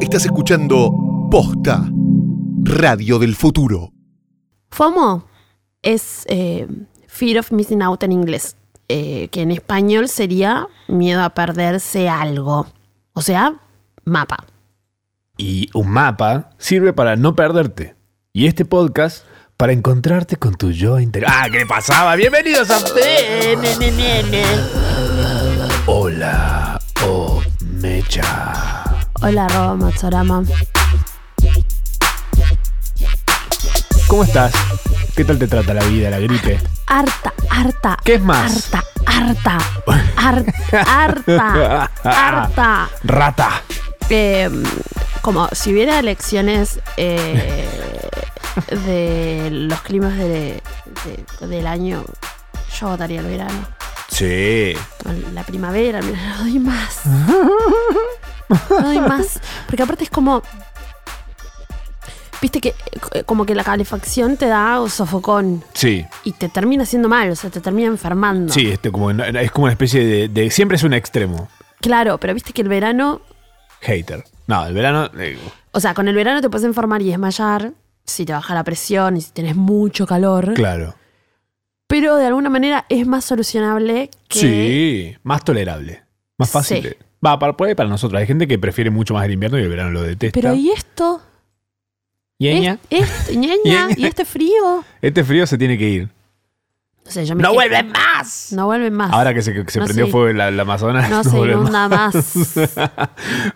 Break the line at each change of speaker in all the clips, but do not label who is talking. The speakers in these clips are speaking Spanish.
Estás escuchando Posta, Radio del Futuro.
FOMO es eh, Fear of Missing Out en inglés, eh, que en español sería miedo a perderse algo, o sea, mapa.
Y un mapa sirve para no perderte. Y este podcast para encontrarte con tu yo interior. ¡Ah, qué pasaba! ¡Bienvenidos a Hola, oh mecha.
Hola, arroba Matsorama.
¿Cómo estás? ¿Qué tal te trata la vida, la gripe?
Harta, harta.
¿Qué es más?
Harta, harta. Harta, harta. harta.
Rata.
Eh, como si hubiera elecciones eh, de los climas de- de- del año, yo votaría el verano.
Sí.
La primavera, el verano, no doy más. No doy más. Porque aparte es como. Viste que eh, como que la calefacción te da sofocón
Sí.
y te termina haciendo mal, o sea, te termina enfermando.
Sí, este, como, es como una especie de, de- Siempre es un extremo.
Claro, pero viste que el verano
Hater. No, el verano. eh,
O sea, con el verano te puedes enfermar y desmayar si te baja la presión y si tenés mucho calor.
claro.
Pero de alguna manera es más solucionable que.
Sí. Más tolerable. Más fácil.
Sí.
de- Va, para, puede para nosotros. Hay gente que prefiere mucho más el invierno y el verano lo detesta.
Pero ¿y esto?
Ñeña,
Es- es- ñeña,
Ñeña.
¿Y este frío?
Este frío se tiene que ir.
No sé, yo me.
más!
No vuelven más.
Ahora que se, que se
No
prendió
sé.
fuego la, la Amazonas.
no se
vuelve
inunda más.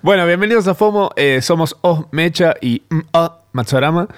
bueno, bienvenidos a FOMO. eh, somos O Mecha y mm, O Matsorama.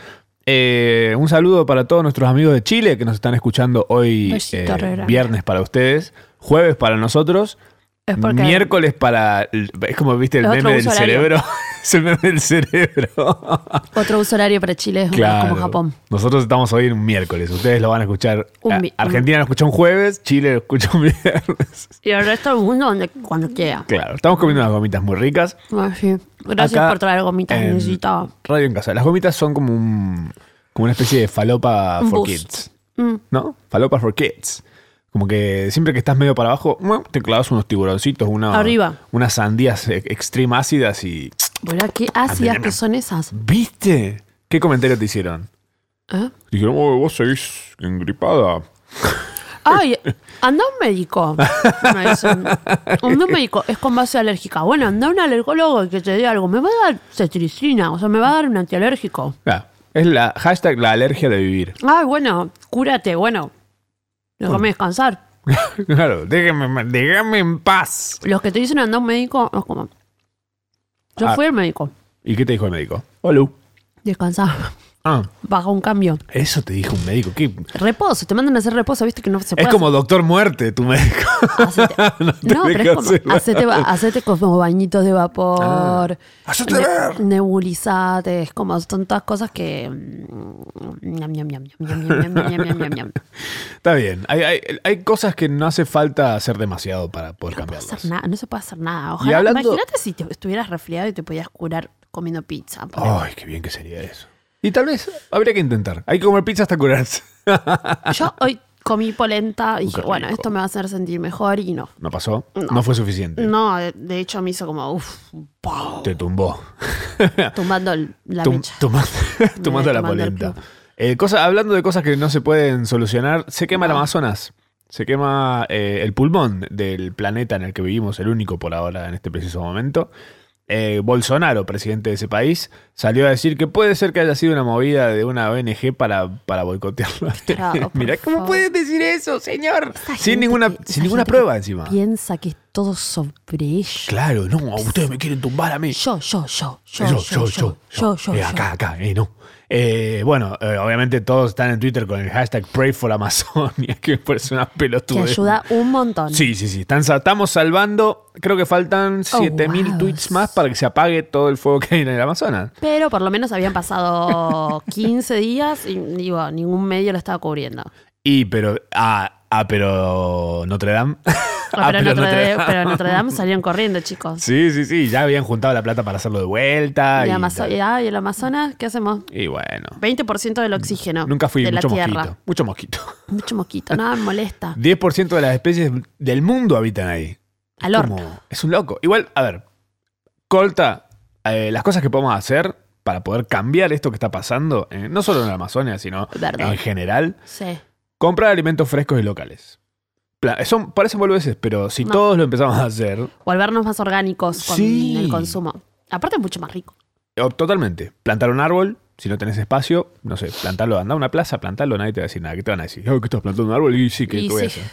Eh, un saludo para todos nuestros amigos de Chile que nos están escuchando hoy,
Besito
eh,
re grande.
viernes para ustedes, jueves para nosotros,
Es porque.
miércoles para. el- Es como viste el
Los
meme
otros
del
uso horario.
cerebro. es el meme del cerebro.
Otro uso horario para Chile es
Claro.
como Japón.
Nosotros estamos hoy en un miércoles. Ustedes lo van a escuchar.
Un
a-
mi-
Argentina lo escucha un jueves, Chile lo escucha un viernes.
Y el resto del mundo donde, cuando quiera.
Claro, estamos comiendo unas gomitas muy ricas.
Ah, sí. Gracias
Acá,
por traer gomitas,
en
necesitaba.
Radio en casa. Las gomitas son como un, como una especie de falopa
Un
for
boost.
kids.
Mm.
¿No? Falopa for kids. Como que siempre que estás medio para abajo, ¡mua! te clavas unos tiburoncitos, una,
Arriba.
unas sandías e- extreme ácidas y.
Bueno, qué
Ah,
ácidas que son esas.
¿Viste? ¿Qué comentario te hicieron?
¿Eh?
Dijeron, oh, vos seguís engripada.
Ay, anda un médico. Me dicen. Anda un médico, es con base alérgica. Bueno, anda un alergólogo que te dé algo. Me va a dar cetricina, o sea, me va a dar un antialérgico.
Ah, es la hashtag la alergia de vivir.
Ay, bueno, cúrate, bueno. Déjame descansar.
Claro, déjame, déjame en paz.
Los que te dicen anda un médico, es como. Yo
Ah.
fui al médico.
¿Y qué te dijo el médico? Hola.
Descansar.
Ah,
Baja un cambio.
eso te dijo un médico. ¿Qué?
Reposo, te mandan a hacer reposo, viste que no se puede.
Es como doctor muerte tu médico.
hacer- hacete-
no te
no, pero
deja
es como.
hacer nada. Ah,
Hacete, ba- hacete como bañitos de vapor.
¡Hacete
Ne-
ver!
Nebulizate, es como son todas cosas que. mm, ñam, ñam, ñam, ñam, ñam, ñam, ñam, ñam, ñam, ñam.
Está bien. Hay, hay- hay cosas que no hace falta hacer demasiado para poder
No, puedo
cambiarlas.
hacer nada, no se puede hacer nada. Ojalá.
hablando-
Imagínate si te estuvieras resfriado y te podías curar comiendo pizza.
Ay, qué bien que sería eso. Y tal vez habría que intentar. Hay que comer pizza hasta curarse.
Yo hoy comí polenta y dije,
qué
bueno,
rico.
esto me va a hacer sentir mejor y no.
No pasó. No, fue suficiente.
No, de, de hecho me hizo como, uff,
Te tumbó.
tumbando el- la
Tum-
mecha.
tomando tomando la
tomando el
polenta.
club.
Eh, cosa- hablando de cosas que no se pueden solucionar, se quema el Amazonas. Se quema eh, el pulmón del planeta en el que vivimos, el único por ahora en este preciso momento. Eh, Bolsonaro, presidente de ese país, salió a decir que puede ser que haya sido una movida de una ONG para, para boicotearlo.
Claro, por
Mirá, ¿cómo
favor.
puedes decir eso, señor?
Esa
Sin
gente
ninguna,
que- esa
sin ninguna
gente
prueba
que
encima.
Piensa que es todo sobre ellos.
Claro, no, ustedes me quieren tumbar a mí.
Yo, yo, yo, yo,
Yo, yo, yo, yo, Eh, acá, acá, eh, no. Eh, bueno, eh, obviamente todos están en Twitter con el hashtag Pray for Amazonia, que me parece una
Que
pelotuda.
ayuda un montón. Oh,
Sí, sí, sí. Están, sa- estamos salvando, creo que faltan 7000
wow.
tweets más para que se apague todo el fuego que hay en el Amazonas.
Pero por lo menos habían pasado 15 días y digo, ningún medio lo estaba cubriendo.
Y, pero, ah, ah, pero Notre Dame. Ah,
pero, en Notre
Notre
Dame,
Dame.
pero en Notre Dame salieron corriendo, chicos.
Sí, sí, sí. Ya habían juntado la plata para hacerlo de vuelta.
y,
Y,
Amazo- y, ah, y el Amazonas, ¿qué hacemos?
y bueno.
20% del oxígeno
Nunca fui,
de la
mucho
tierra.
mosquito. Mucho mosquito.
Mucho mosquito, nada me molesta.
10% de las especies del mundo habitan ahí.
Al horno.
Como, es un loco. Igual, a ver, Colta eh, las cosas que podemos hacer para poder cambiar esto que está pasando, eh, no solo en la Amazonia, sino
Verdad.
en general,
Sí.
comprar alimentos frescos y locales. Pla- Son, parecen boludeces, pero si
No.
todos lo empezamos a hacer,
Volvernos más orgánicos con
Sí.
el consumo. Aparte es mucho más rico.
o- totalmente, plantar un árbol, si no tenés espacio, no sé, plantarlo, andá a una plaza, plantarlo, nadie te va a decir nada. ¿Qué te van a decir? Oh, que estás plantando un árbol y sí, que
Y
voy a
sí.
hacer?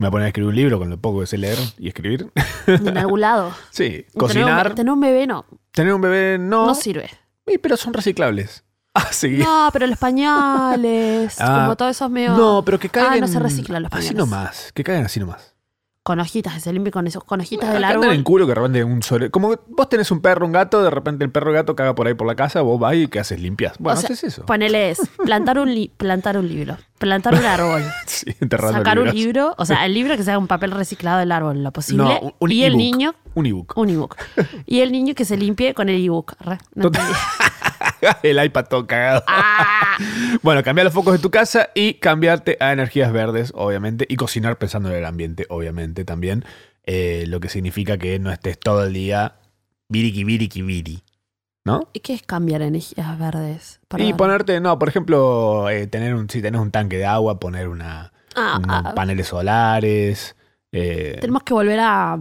Me voy a poner a escribir un libro con lo poco que sé leer y escribir.
En algún lado.
sí,
Y tener un-
cocinar.
Tener un bebé no,
Tener un bebé no.
no, sirve.
Eh, pero son reciclables. Ah, sí.
No, pero los pañales,
Ah,
como todo eso es medio...
No, pero que caigan.
Ah, no se reciclan los pañales.
Así nomás. Que caigan así nomás.
Con hojitas, que se limpia con esos, con hojitas
Que
del
anden en
árbol.
culo que de repente un sobre. Como que vos tenés un perro, un gato, de repente el perro o gato caga por ahí por la casa, vos vas y ¿qué haces? Limpias. Bueno,
O sea, pues,
haces eso.
Ponele es plantar un, li- plantar un libro, plantar un árbol,
Sí, enterrando
sacar un
libros.
libro, o sea, el libro que sea un papel reciclado del árbol, lo posible.
No, un- un
y el
ebook.
niño,
Un ebook.
un ebook. Y el niño que se limpie con el ebook. Re, no
Total.
entendí.
el iPad todo cagado.
Ah,
Bueno, cambiar los focos de tu casa y cambiarte a energías verdes, obviamente, y cocinar pensando en el ambiente, obviamente, también. Eh, lo que significa que no estés todo el día biriki, biriki, biri. ¿No?
¿Y qué es cambiar energías verdes?
Y
Perdón.
ponerte, no, por ejemplo, eh, tener un, si tenés un tanque de agua, poner una,
Ah,
unos
ah,
paneles solares. eh,
tenemos que volver a,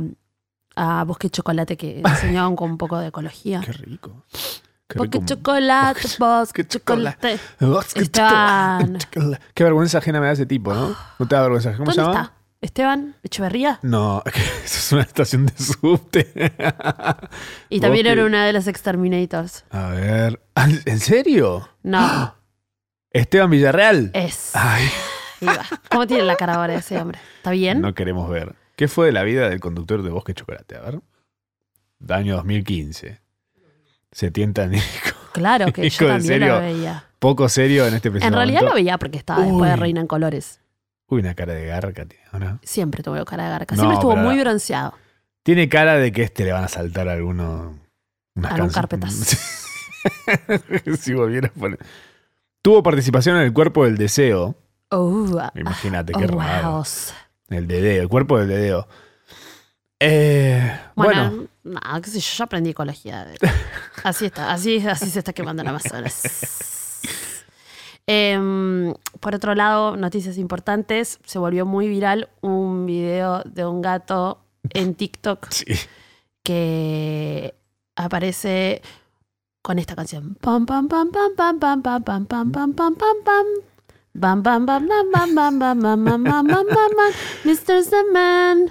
a Bosque Chocolate que enseñaban con un poco de ecología.
qué rico. Qué
Bosque
rico.
Chocolate,
Bosque-
Bosque
Bosque Chocolate.
Chocolate.
Bosque
Esteban.
chocolate. Qué vergüenza ajena me da ese tipo, ¿no? No te da vergüenza. ¿Cómo
¿Dónde
se llama?
está? Esteban Echeverría.
No, eso es una estación de subte.
Y también
Bosque-
era una de las Exterminators.
A ver. ¿al- ¿En serio?
No,
Esteban Villarreal.
es.
Ay,
Viva. ¿Cómo tiene la cara ahora ese hombre? ¿Está bien?
no queremos ver. ¿Qué fue de la vida del conductor de Bosque Chocolate? A ver. Año 2015. Se tientan
Claro que
Hijo,
yo
¿en
también
serio?
lo veía.
poco serio en este preciso
En realidad lo
momento.
veía porque estaba después de
Uy.
Reina en Colores.
Uy, una cara de garca tiene ahora.
Siempre tuvo cara de garca.
No,
Siempre estuvo
pero-
muy bronceado.
Tiene cara de que este le van a saltar alguno. Unas
Algún
canciones.
carpetazo.
si volviera a poner. Tuvo participación en el cuerpo del deseo.
Oh, ah,
Imagínate qué
oh,
raro.
wow.
El dedeo, el cuerpo del dedeo. Eh, bueno,
Bueno, no, qué sé yo, yo aprendí ecología. Así está, así, así se está quemando la Amazonas. Em, por otro lado, noticias importantes, se volvió muy viral un video de un gato en TikTok
sí.
que aparece con esta canción. Pam pam pam pam pam pam pam pam pam pam pam pam pam. Bam bam bam bam bam bam bam bam bam bam bam bam bam Mr. Sandman.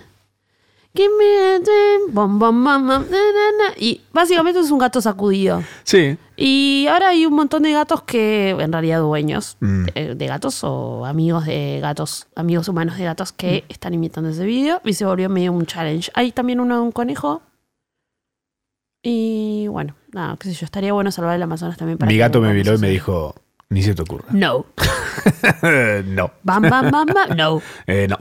Give me a dream. Bom, bom, bam, bam, na, na, na. Y básicamente es un gato sacudido.
Sí.
Y ahora hay un montón de gatos que, en realidad dueños
Mm.
eh, de gatos o amigos de gatos, amigos humanos de gatos que
Mm.
están imitando ese video y se volvió medio un challenge. Hay también uno de un conejo. Y bueno, nada, qué sé yo, estaría bueno salvar el Amazonas también para
Mi
que
gato
lo
me miró y
podamos
me
hacer.
dijo, ni se te ocurra.
No.
no.
Bam, bam, bam, bam. No.
Eh, no.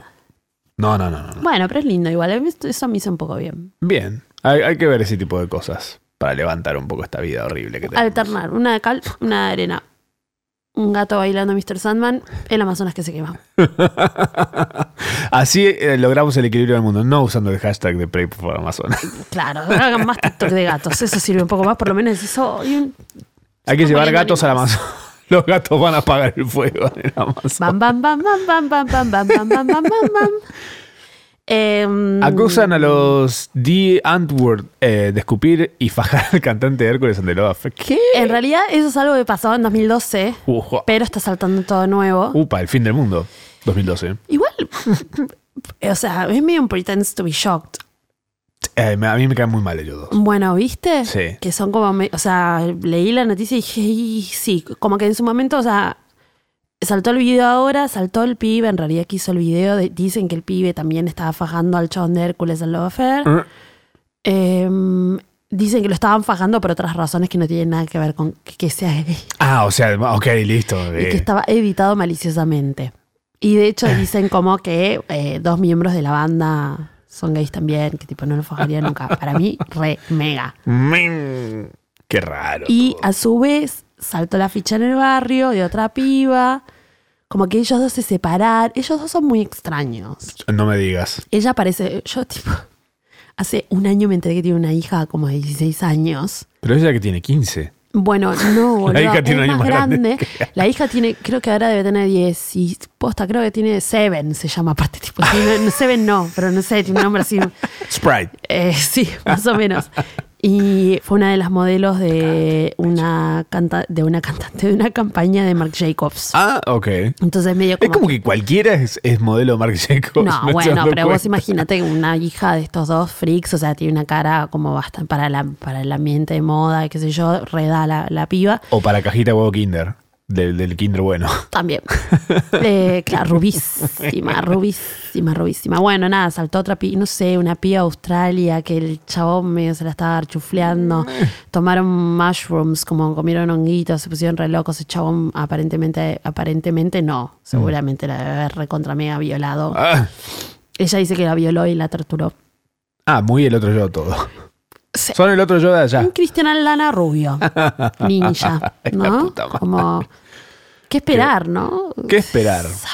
No, no, no, no, no.
Bueno, pero es lindo igual. a mí esto- Eso me hizo un poco bien.
Bien. Hay, hay que ver ese tipo de cosas para levantar un poco esta vida horrible que tenemos.
Alternar, una de cal, una de arena. Un gato bailando Mr. Sandman, el Amazonas que se quema.
Así eh, logramos el equilibrio del mundo, no usando el hashtag de Pray por Amazon.
Claro, hagan más TikTok de gatos, eso sirve un poco más, por lo menos eso. y un
Hay que
Están
llevar
muriendo
gatos al Amazon. Los gatos van a apagar el fuego en el
Bam,
Amazon.
bam, bam, bam, bam, bam, bam, bam, bam, bam, bam, bam, bam. Em,
Acusan a los D. Antwoord eh, de escupir y fajar al cantante de Hércules and the Love Affair. ¿Qué?
En realidad, eso es algo que pasó en 2012,
Ujua.
pero está saltando todo nuevo.
Upa, el fin del mundo. 2012.
Igual, o sea, es medio un pretense to be shocked.
Eh, me- a mí me caen muy mal ellos dos.
Bueno, ¿viste?
Sí.
Que son como. me- O sea, leí la noticia y dije, "Y sí, como que en su momento, o sea, saltó el video ahora, saltó el pibe, en realidad que hizo el video, de- dicen que el pibe también estaba fajando al chabón de Hércules en Love Affair.
Eh,
Em, dicen que lo estaban fajando por otras razones que no tienen nada que ver con que, que sea gay
Ah, o sea, ok, listo.
y que
eh.
estaba editado maliciosamente. Y de hecho dicen como que eh, dos miembros de la banda son gays también, que tipo no lo fajaría nunca. Para mí, re mega.
Mm, Qué raro.
Y a su vez saltó la ficha en el barrio de otra piba. Como que ellos dos se separaron. Ellos dos son muy extraños.
No me digas.
Ella parece. Yo, tipo. Hace un año me enteré que tiene una hija como de 16 años.
Pero ella que tiene 15.
Bueno, no, boludo.
hija
es
tiene un año
más
más grande
grande. La hija tiene, creo que ahora debe tener 10 y posta, creo que tiene Seven, se llama aparte. Tipo, tiene- no, Seven no, pero no sé, tiene un nombre así.
Sprite.
Eh, sí, más o menos. Y fue una de las modelos de una, canta, de una cantante de una campaña de Marc Jacobs.
Ah, ok.
Entonces medio
Es
como...
como que cualquiera es, es modelo Marc Jacobs.
no,
se
bueno,
han
pero
dado
vos
cuenta.
imagínate una hija de estos dos freaks, o sea, tiene una cara como bastante para, la, para el ambiente de moda, qué sé yo, reda la, la piba.
O para cajita huevo Kinder. Del, del Kinder bueno.
También. Eh, claro, rubísima, rubísima, rubísima. Bueno, nada, saltó otra piba, no sé, una piba australia que el chabón medio se la estaba
Mm.
chufleando. Tomaron mushrooms, como comieron honguitos, se pusieron re locos. El chabón aparentemente, aparentemente
Mm.
no. Seguramente la debe haber recontra mega violado.
Ah,
Ella dice que la violó y la torturó.
Ah, muy el otro yo todo.
Sí.
Son el otro yo de allá.
Un Cristian Aldana rubio. Ninja,
La
¿no?
puta madre.
Como... ¿Qué esperar, no?
¿Qué esperar?
Esa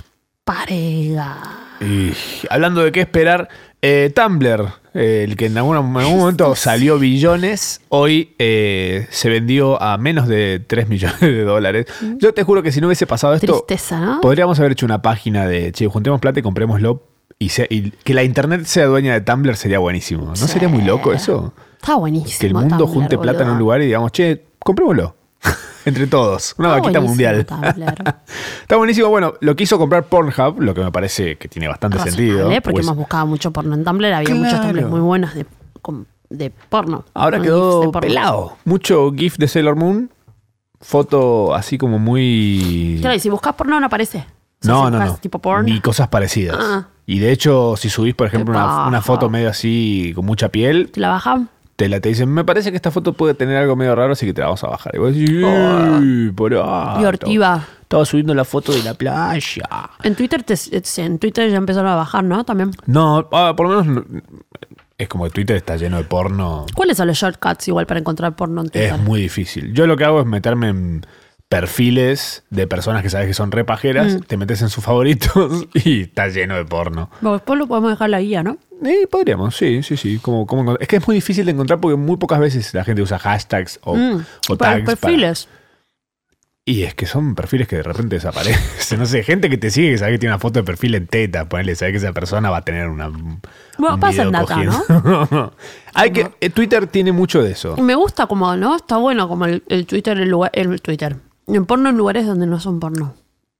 pareja.
Y hablando de qué esperar, eh, Tumblr, eh, el que en algún, en algún momento salió billones, hoy eh, se vendió a menos de 3 millones de dólares. Yo te juro que si no hubiese pasado esto,
Mm. Tristeza, ¿no?
podríamos haber hecho una página de, che, juntemos plata y comprémoslo. Y, se- y que la internet sea dueña de Tumblr sería buenísimo. ¿No
Sí.
sería muy loco eso?
Está buenísimo.
Que el mundo
Tumblr,
junte plata en
boludo.
un lugar y digamos, che, comprémoslo. Entre todos. Una
Está
vaquita
buenísimo
mundial.
Tumblr.
Está buenísimo. Bueno, lo quiso comprar Pornhub, lo que me parece que tiene bastante
Razonable,
sentido.
¿eh? Porque
pues,
hemos buscado mucho porno en Tumblr. Había muchos
Claro.
Tumblr muy buenos de, con- de porno.
ahora
con gifs de
quedó
porno.
pelado. Mucho GIF de Sailor Moon. Foto así como muy.
Claro, y si buscas porno no aparece. O sea,
no,
si
no,
buscas
no.
Tipo porno.
Ni cosas parecidas.
Ah.
Y de hecho, si subís, por ejemplo, una,
paja.
una foto medio así con mucha piel,
Te la bajan.
te la te dicen, me parece que esta foto puede tener algo medio raro, así que te la vamos a bajar. Y vos decís,
Ah.
"Ey, pará,
Y Ortiva.
Estaba subiendo la foto de la playa.
En Twitter, te, eh, en Twitter ya empezaron a bajar, ¿no? También.
No, ah, por lo menos no- es como que Twitter está lleno de porno.
¿Cuáles son los shortcuts igual para encontrar porno en Twitter?
Es muy difícil. Yo lo que hago es meterme en perfiles de personas que sabes que son
Mm.
repajeras, te metes en sus favoritos y está lleno de porno.
Bueno, Después lo podemos dejar la guía, ¿no?
Y podríamos, sí, sí, sí. Como, como encont- es que es muy difícil de encontrar porque muy pocas veces la gente usa hashtags o,
Mm, para
o
los
tags. para-
perfiles.
Y es que son perfiles que de repente desaparecen. No sé, gente que te sigue que sabe que tiene una foto de perfil en teta, ponele, sabe que esa persona va a tener una.
Bueno, pasa en data,
¿no? Hay que, eh, Twitter tiene mucho de eso.
Me gusta como, ¿no? Está bueno como el, el Twitter, el lugar, el Twitter. El porno en lugares donde no son porno.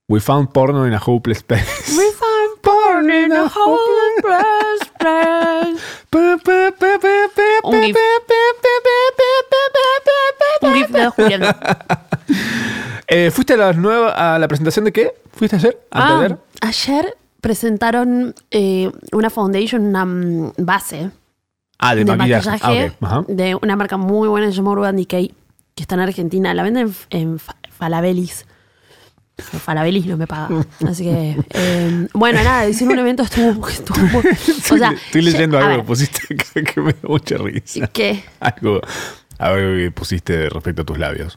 We found porno in a hopeless place.
We find porn in a hopeless place. Un gif. Un gif de Julián.
Eh, ¿Fuiste a la, nueva, a la presentación de qué? ¿Fuiste ayer?
Ah,
¿Anteayer?
ayer presentaron eh, una foundation, una mm, base
Ah, de,
de
maquillaje.
maquillaje
Ah, ok. Ajá.
de una marca muy buena que se llama Urban Decay, que está en Argentina. La venden en, en Fa- Falabelis. Pero Falabelis no me paga. Así que, eh, bueno, nada, hicieron un evento, estuvo... estuvo- o sea,
Estoy leyendo
a
algo pues.
ver,
que pusiste acá que me da mucha risa.
¿Qué?
Algo, algo que pusiste respecto a tus labios.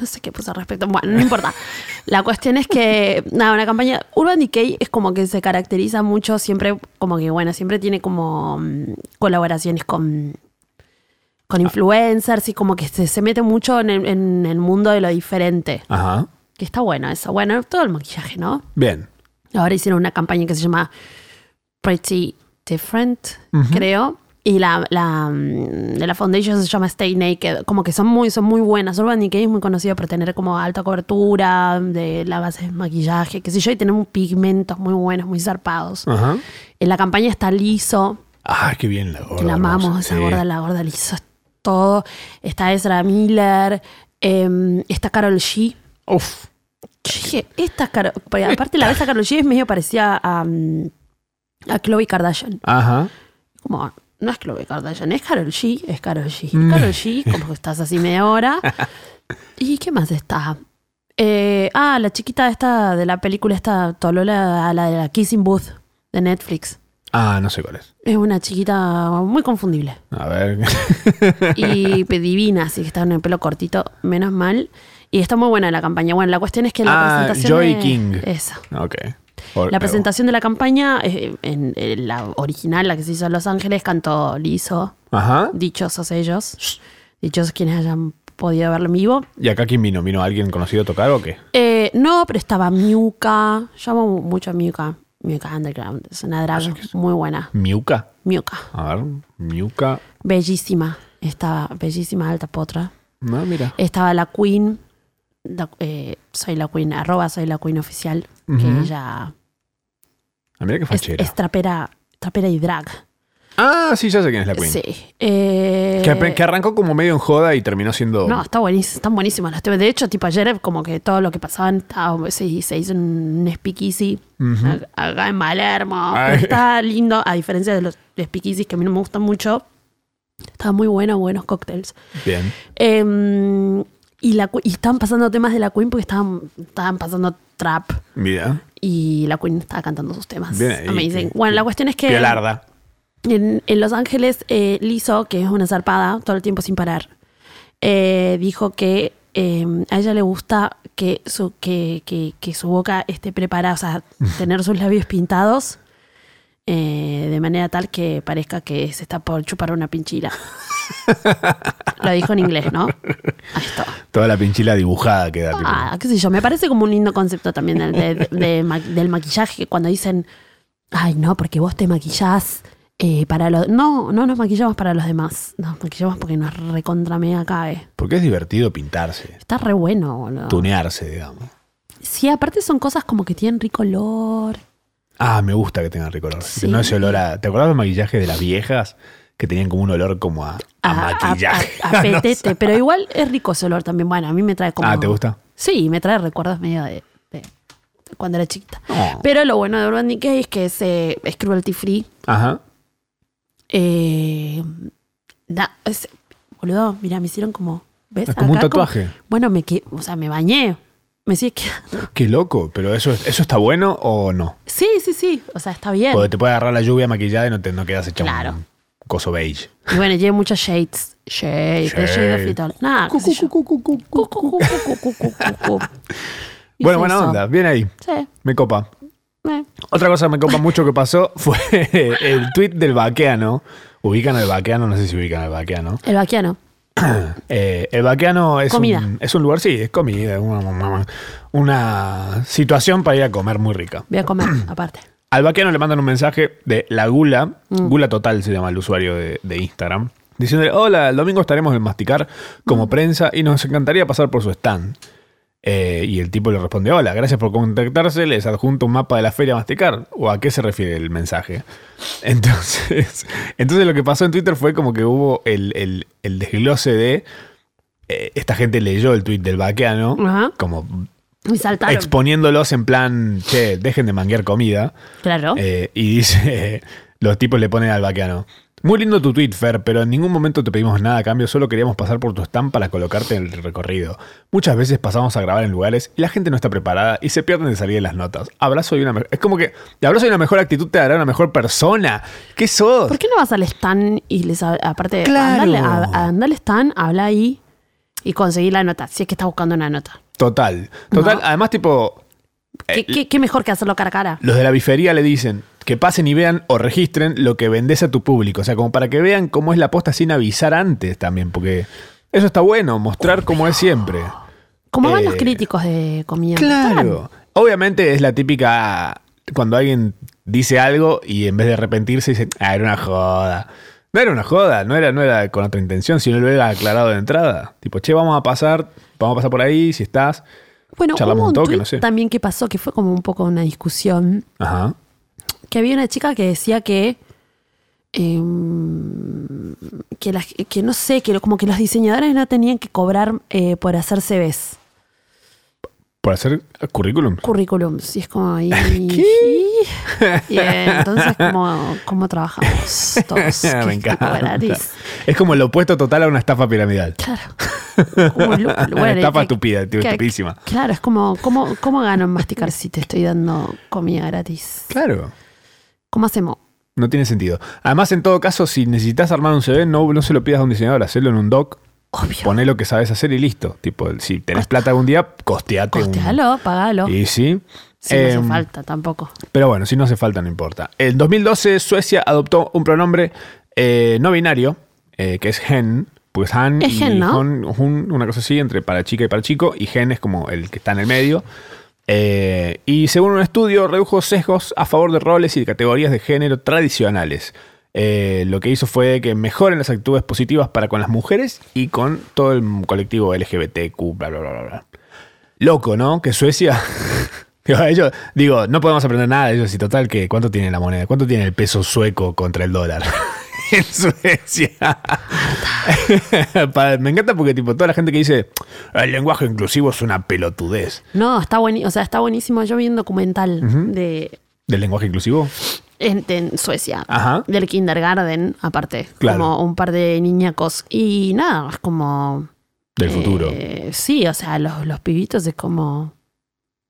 No sé qué puse al respecto. Bueno, no importa. La cuestión es que, nada, una campaña. Urban Decay es como que se caracteriza mucho, siempre, como que, bueno, siempre tiene como mm, colaboraciones con, con influencers y como que se, se mete mucho en el, en el mundo de lo diferente.
Ajá.
Que está bueno eso. Bueno, todo el maquillaje, ¿no?
Bien.
Ahora hicieron una campaña que se llama Pretty Different, creo. Y la, la, mm, de la foundation se llama Stay Naked. Como que son muy, son muy buenas. Urban Decay es muy conocido por tener como alta cobertura de la base de maquillaje, qué sé yo, y tener un- pigmentos muy buenos, muy zarpados.
Ajá.
En la campaña está liso,
Ah, qué bien la gorda.
que la
hermosa.
amamos, esa
Sí.
gorda, la gorda liso, es todo. Está Ezra Miller, em, está Carol G.
Uf.
Yo dije, esta Karol- porque aparte la vez a Karol G es medio parecida a, mm, a Chloe Kardashian.
Ajá.
Como, no es Chloe Kardashian, es Karol G, es Karol
Mm.
G. Karol G, como que estás así media hora. ¿Y qué más está? Eh, ah, la chiquita esta de la película esta, Tolola, la de la Kissing Booth de Netflix.
Ah, no sé cuál es.
Es una chiquita muy confundible
A ver.
y divina, así que está con el pelo cortito, menos mal. Y está muy buena la campaña. Bueno, la cuestión es que la
Ah,
presentación.
Joy
de-
King.
Esa.
ok. Por-
La presentación de la campaña, eh, en, en la original, la que se hizo en Los Ángeles, cantó Lizo,
Ajá.
dichosos ellos, dichosos quienes hayan podido verlo en vivo.
¿Y acá quién vino? ¿Vino alguien conocido a tocar o qué?
Eh, no, pero estaba Miuka, llamo mu- mucho a Miuka, Miuka Underground, es una drag muy buena,
¿Miuca?
Miuka,
A ver, Miuca.
bellísima, estaba bellísima, alta potra.
No, mira.
Estaba la Queen, la- eh, soy la Queen, arroba soy la Queen oficial, que
Ujú.
ella
Ah, mira qué
es,
fachera.
es trapera, trapera y drag.
Ah, sí, ya sé quién es la Queen.
Sí. Eh,
Que, ape- que arrancó como medio en joda y terminó siendo.
No, está buenísimo, están buenísimos los temas. De hecho, tipo ayer como que todo lo que pasaban estaba- se, se hizo un speakeasy ac- acá en Palermo. pero
Ay.
Está lindo, a diferencia de los speakeasies que a mí no me gustan mucho. Está muy bueno, buenos cócteles.
Bien.
Em, y, la, cu- y estaban pasando temas de la Queen porque estaban, estaban pasando trap.
Mira.
Y la Queen estaba cantando sus temas.
Bien ahí,
Amazing.
que-
bueno, la cuestión es que
Piolarda.
en, en Los Ángeles, eh, Lizzo, que es una zarpada, todo el tiempo sin parar, eh, dijo que eh, a ella le gusta que su, que, que- que su boca esté preparada, o sea, tener sus labios pintados eh, de manera tal que parezca que se está por chupar una pinchila. Lo dijo en inglés, ¿no? Ahí está.
Toda la pinchila dibujada queda. tipo.
Ah, qué sé yo, me parece como un lindo concepto también del, de- de ma- del maquillaje, que cuando dicen, ay, no, porque vos te maquillás eh, para los... No, no nos maquillamos para los demás, nos maquillamos porque nos recontra mega cabe.
Porque es divertido pintarse,
Está re bueno, boludo.
tunearse, digamos.
Sí, aparte son cosas como que tienen rico olor.
Ah, me gusta que tenga recolor.
Sí.
No ese olor a. ¿Te acordás los maquillajes de las viejas? Que tenían como un olor como a, a maquillaje.
Ah, a- a petete, pero igual es rico ese olor también. Bueno, a mí me trae como...
Ah, ¿te gusta?
Sí, me trae recuerdos medio de, de- de cuando era chiquita.
No.
Pero lo bueno de Urban Decay es que es, eh, es cruelty free.
Ajá.
Eh, da- es- boludo, mira, me hicieron como. ¿Ves?
Es como un
Acá
tatuaje.
bueno, me que, o sea, me bañé. Me sigue quedando.
Qué loco, pero eso, es- eso está bueno o no?
Sí, sí, sí. O sea, está bien.
Porque te puede agarrar la lluvia maquillada y no te no quedas hecha
Claro.
un coso beige.
Y bueno, llevo muchos shades. Shades,
Shade.
shades de fritol. Nada, qué sé yo. Cu, cu, cu, cu, cu, cu, cu, cu. Y
Bueno,
se
buena
hizo.
onda, bien ahí.
Sí.
Me copa.
eh.
Otra cosa que me copa mucho que pasó fue el tweet del vaqueano. Ubican al vaqueano, no sé si ubican al vaqueano.
El vaquiano.
Eh, el vaqueano es
Comida.
un es un lugar, sí, es comida, una, una situación para ir a comer muy rica.
Voy a comer, aparte.
Al vaqueano le mandan un mensaje de la gula, gula total se llama el usuario de, de Instagram, diciéndole, hola, el domingo estaremos en Masticar como prensa y nos encantaría pasar por su stand. Eh, y el tipo le responde, hola, gracias por contactarse, les adjunto un mapa de la feria Masticar. ¿O a qué se refiere el mensaje? Entonces, entonces lo que pasó en Twitter fue como que hubo el, el- el desglose de... eh, esta gente leyó el tweet del vaqueano,
Ajá. Eh,
como
Y saltaron.
exponiéndolos en plan, che, dejen de manguear comida.
claro.
Eh, y dice, los tipos le ponen al vaqueano. Muy lindo tu tweet, Fer, pero en ningún momento te pedimos nada a cambio, solo queríamos pasar por tu stand para colocarte en el recorrido. Muchas veces pasamos a grabar en lugares y la gente no está preparada y se pierden de salir en las notas. Abrazo y una mejor... Es como que el abrazo y una mejor actitud te hará una mejor persona. ¿Qué sos?
¿Por qué no vas al stand y les hab- aparte
Claro.
andale, a- andale al stand, habla ahí y conseguí la nota, si es que estás buscando una nota.
Total. Total,
No.
además tipo...
¿Qué,
Eh,
qué- qué mejor que hacerlo cara a cara?
Los de la bifería le dicen que pasen y vean o registren lo que vendes a tu público. O sea, como para que vean cómo es la posta sin avisar antes también, porque eso está bueno, mostrar cómo es siempre.
Como van
Eh,
los críticos de comida.
Claro. Obviamente es la típica cuando alguien dice algo y en vez de arrepentirse dice, ah, era una joda. No era una joda, no era, no era con otra intención, si no lo hubiera aclarado de entrada. Tipo, che, vamos a pasar, vamos a pasar por ahí, si estás.
Bueno,
Charlamos
hubo
un
un
toque,
tweet
no sé.
también que pasó que fue como un poco una discusión,
Ajá.
que había una chica que decía que em, que, la- que no sé, que lo- como que los diseñadores no tenían que cobrar eh, por hacer CVs,
Por hacer currículum.
currículums, y es como ahí... Y eh, entonces, ¿cómo, cómo trabajamos todos?
Me
¿Qué- qué
encanta.
horarios?
Es como el opuesto total a una estafa piramidal.
Claro. Como lu- bueno,
estafa
que-
estúpida, tío,
que-
estupidísima.
Claro, es como, ¿cómo, ¿cómo gano en masticar si te estoy dando comida gratis?
Claro.
¿Cómo hacemos?
No tiene sentido. Además, en todo caso, si necesitas armar un CV, no, no se lo pidas a un diseñador, hacelo en un doc
Obvio.
Poné lo que sabes hacer y listo. Tipo, si tenés plata algún día, costeate. un-
Costealo, pagalo.
Y sí.
Si no
Em,
hace falta tampoco.
Pero bueno, si no hace falta, no importa. En 2012, Suecia adoptó un pronombre eh, no binario, eh, que es hen. Pues han
Es
y
hen, ¿no?
hon- hun, una cosa así, entre para chica y para chico, y gen es como el que está en el medio. Eh, y según un estudio, redujo sesgos a favor de roles y de categorías de género tradicionales. Eh, lo que hizo fue que mejoren las actitudes positivas para con las mujeres y con todo el colectivo LGBTQ, bla, bla, bla, bla, bla. Loco, ¿no? Que Suecia. digo, ellos, digo, no podemos aprender nada de ellos. Y total, que ¿cuánto tiene la moneda? ¿Cuánto tiene el peso sueco contra el dólar? en Suecia. Para- Me encanta porque, tipo, toda la gente que dice el lenguaje inclusivo es una pelotudez.
No, está buenísimo. O sea, está buenísimo. Yo vi un documental de
¿Del lenguaje inclusivo?
en, en Suecia.
Ajá.
Del kindergarten, aparte.
Claro.
Como un par de niñacos. Y nada, es como.
Del
eh,
futuro.
sí, o sea, los, los pibitos es como.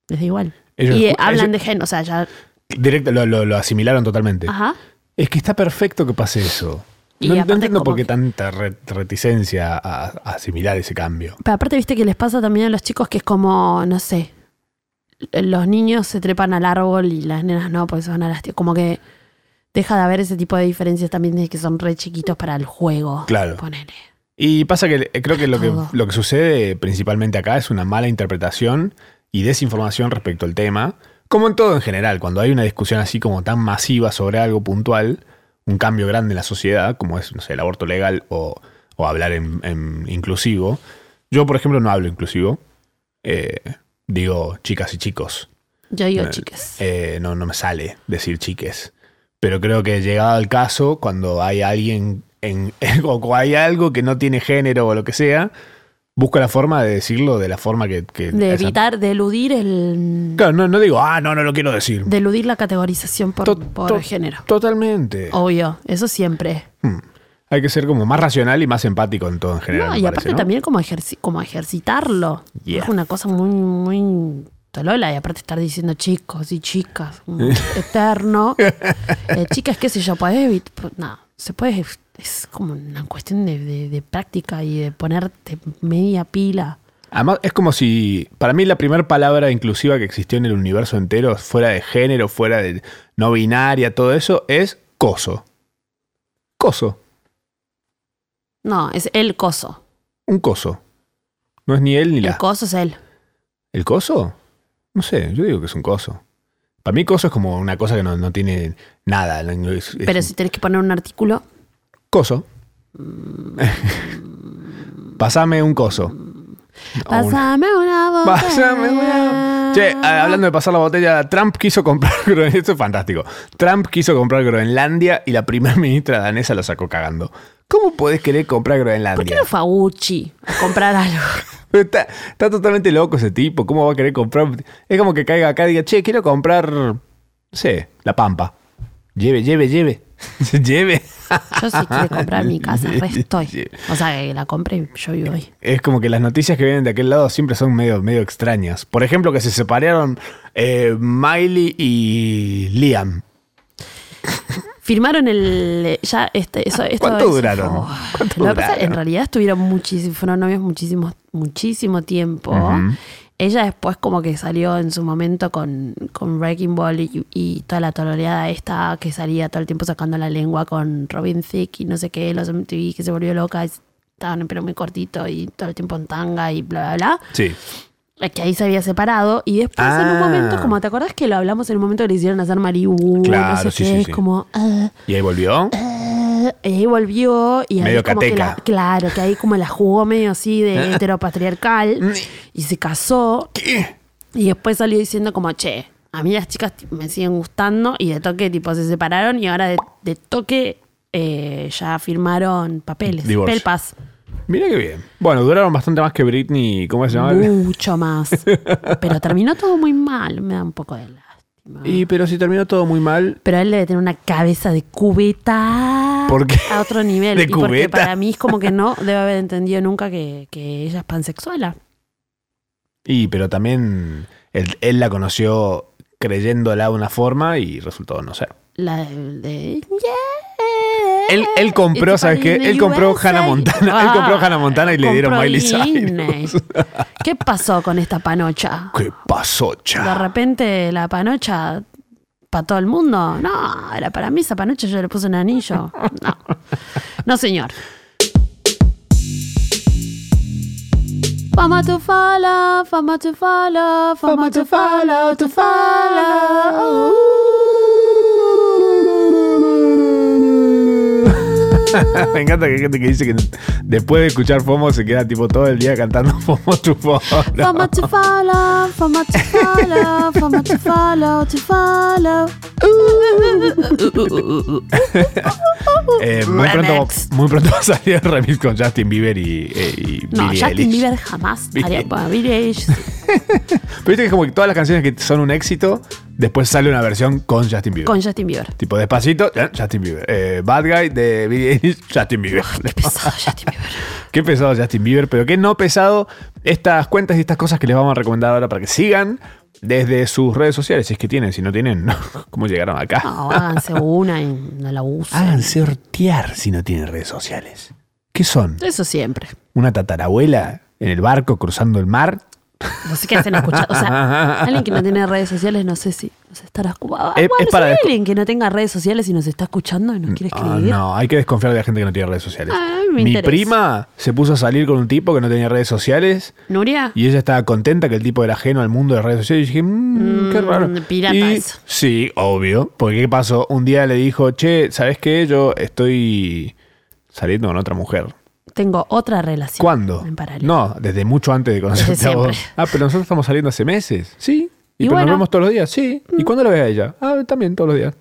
Les da igual.
Ellos-
y eh,
ellos-
hablan de gen, o sea, ya.
Directo, lo, lo- lo asimilaron totalmente.
Ajá.
Es que está perfecto que pase eso.
Ah. Y
No, no
aparte
entiendo por
como
qué
que-
tanta re- reticencia a- a asimilar ese cambio.
Pero aparte, viste que les pasa también a los chicos que es como, no sé, los niños se trepan al árbol y las nenas no, porque son a las Como que deja de haber ese tipo de diferencias también de que son re chiquitos para el juego.
Claro.
Ponele.
Y pasa que eh, creo que lo, que
Todo.
lo que sucede principalmente acá es una mala interpretación y desinformación respecto al tema. Como en todo en general, cuando hay una discusión así como tan masiva sobre algo puntual, un cambio grande en la sociedad, como es no sé, el aborto legal o, o hablar en, en inclusivo. Yo, por ejemplo, no hablo inclusivo. Eh, digo chicas y chicos.
Yo digo,
Eh,
chicas.
Eh, no, no me sale decir chiques. Pero creo que llegado al caso, cuando hay alguien en, o cuando hay algo que no tiene género o lo que sea, busco la forma de decirlo de la forma que. que-
de
esa-
evitar, de eludir el.
Claro, no, no digo, ah, no, no lo quiero decir.
De eludir la categorización por,
To-
por
to-
género.
Totalmente.
Obvio, eso siempre.
Hmm. Hay que ser como más racional y más empático en todo en general.
No,
me
y
parece,
aparte
¿no?
también como, ejerci- como ejercitarlo.
Yeah.
Es una cosa muy, muy tolola. Y aparte estar diciendo chicos y chicas, mm, eterno. Eh, chicas, qué sé yo, podés evit- po- No, se puede. Es como una cuestión de, de- de práctica y de ponerte media pila.
Además, es como si, para mí, la primera palabra inclusiva que existió en el universo entero, fuera de género, fuera de no binaria, todo eso, es coso. Coso.
No, es el coso.
Un coso. No es ni él ni
El
la.
coso es él.
¿El coso? No sé, yo digo que es un coso. Para mí, coso es como una cosa que no, no tiene nada. no- es- es
Pero
un
si tenés que poner un artículo,
Coso. Pasame un coso. O un-
pásame una botella.
Pásame una- Che, a- hablando de pasar la botella, Trump quiso comprar Groenlandia. Esto es fantástico. Trump quiso comprar Groenlandia y la primera ministra danesa lo sacó cagando. ¿Cómo podés querer comprar
¿Por qué
Groenlandia?
no fue a Gucci a comprar algo?
Está, está totalmente loco ese tipo. ¿Cómo va a querer comprar? Es como que caiga acá y diga, che, quiero comprar, no sé, la pampa. Lleve, lleve, lleve. lleve.
Yo sí quiero comprar mi casa, re
Sí.
estoy. O sea, que la compre y yo vivo ahí.
Es como que las noticias que vienen de aquel lado siempre son medio, medio extrañas. Por ejemplo, que se separaron eh, Miley y Liam.
Firmaron el. Ya, este, eso, esto
¿Cuánto
es-
duraron?
Oh.
¿Cuánto
Lo que pasa, en
duraron?
realidad estuvieron muchísimo, fueron novios muchísimo, muchísimo tiempo.
Ujú.
Ella después como que salió en su momento con, con Wrecking Ball y, y toda la toloreada esta que salía todo el tiempo sacando la lengua con Robin Thicke y no sé qué, los MTV que se volvió loca, y estaban en pelo muy cortito y todo el tiempo en tanga y bla, bla, bla.
Sí.
Es que ahí se había separado y después en
Ah.
un momento, como te acordás que lo hablamos en un momento que le hicieron hacer Maribu,
Claro,
no sé
sí,
qué,
sí,
es
sí.
como ah,
¿Y ahí volvió?
ah, y ahí volvió y ahí
Medio
como que
cateca. Ah,
la, claro, que ahí como la jugó medio así de
Mm.
heteropatriarcal y se casó
¿Qué?
y después salió diciendo como, che, a mí las chicas ti- me siguen gustando y de toque tipo se separaron y ahora de, de toque eh, ya firmaron papeles,
Divorcio.
pelpas,
Mira qué bien. Bueno, duraron bastante más que Britney. ¿Cómo se llama?
Uh. mucho más. Pero terminó todo muy mal, me da un poco de lástima.
Y pero si terminó todo muy mal.
Pero él debe tener una cabeza de cubeta.
¿Por qué?
A otro nivel.
¿De
y porque
cubeta?
para mí es como que no debe haber entendido nunca que, que ella es pansexuala.
Y pero también él, él la conoció creyéndola de una forma y resultó no ser.
La de. de- yeah,
Él, él compró,
It's
¿sabes qué?
in the
Él compró
USA.
Hannah Montana. Él
Ah,
compró Hannah Montana y le dieron
compró
Miley
Disney.
Cyrus.
¿Qué pasó con esta panocha?
¿Qué pasó,
De
cha?
repente la panocha para todo el mundo. No, era para mí esa panocha, yo le puse un anillo. No, no señor. Fama to fala, fama to fala, fama to fala, to fala. Uh.
Me encanta que hay gente que dice que después de escuchar FOMO se queda tipo todo el día cantando FOMO tu FOMO.
Fama to follow, fama to follow, fama to follow, to follow.
Eh, muy, pronto,
Remix.
muy pronto va a salir el remix con Justin Bieber y, eh, y
No,
Billie
Justin
Eilish.
Bieber jamás.
Billie-
haría- bueno, Billie Eilish,
Pero viste que es como que todas las canciones que son un éxito, después sale una versión con Justin Bieber.
con Justin Bieber.
Tipo Despacito, eh, Justin Bieber. Eh, Bad Guy de Billie Eilish, Justin Bieber.
Qué pesado Justin Bieber.
Qué pesado Justin Bieber, pero qué no pesado estas cuentas y estas cosas que les vamos a recomendar ahora para que sigan desde sus redes sociales, si es que tienen, si no tienen, ¿cómo llegaron acá?
No, háganse una y no la usen.
Háganse hortear si no tienen redes sociales. ¿Qué son?
Eso siempre.
¿Una tatarabuela en el barco cruzando el mar?
No sé qué hacen escuchando. O sea, alguien que no tiene redes sociales, no sé si nos estará escuchando.
Es-
bueno,
es para
si hay
desco-
alguien que no tenga redes sociales y nos está escuchando y nos quiere
Ah,
escribir.
no, hay que desconfiar de la gente que no tiene redes sociales.
Ah, me
Mi
interesa.
prima se puso a salir con un tipo que no tenía redes sociales
Nuria,
y ella estaba contenta que el tipo era ajeno al mundo de las redes sociales. Y dije, mmm, qué
Mm,
raro.
pirata
Y-
eso.
Sí, obvio. Porque ¿qué pasó? Un día le dijo, che, ¿sabes qué? Yo estoy saliendo con otra mujer.
tengo otra relación.
¿Cuándo?
En paralelo.
No, desde mucho antes de conocerte
Desde
a vos.
siempre.
Ah, pero nosotros estamos saliendo hace meses. Sí. Y,
Y
pero
bueno. Mm.
nos vemos todos los días, sí. ¿Y cuándo la ves a ella? Ah, también todos los días.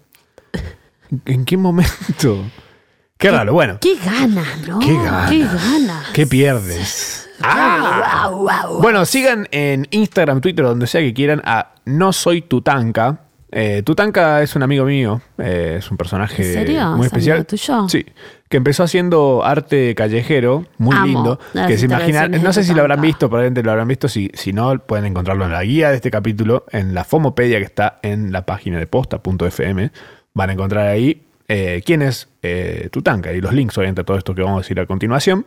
¿En qué momento? Qué raro, bueno.
Qué ganas, ¿no?
Qué ganas.
Qué ganas.
¿Qué pierdes?
Ah, guau, guau.
Bueno, sigan en Instagram, Twitter, donde sea que quieran a No Soy Tutanka. Eh, Tutanka es un amigo mío, eh, es un personaje
¿En serio?
muy
¿Es
especial.
amigo tuyo?
Sí, que empezó haciendo arte callejero, muy
Amo
lindo.
las
Que se imaginan,
intervenciones
no
de
sé si lo habrán
Tutanka.
visto, probablemente lo habrán visto, si, si no, pueden encontrarlo en la guía de este capítulo, en la Fomopedia que está en la página de posta.fm. Van a encontrar ahí eh, quién es eh, Tutanka y los links, obviamente, a todo esto que vamos a decir a continuación.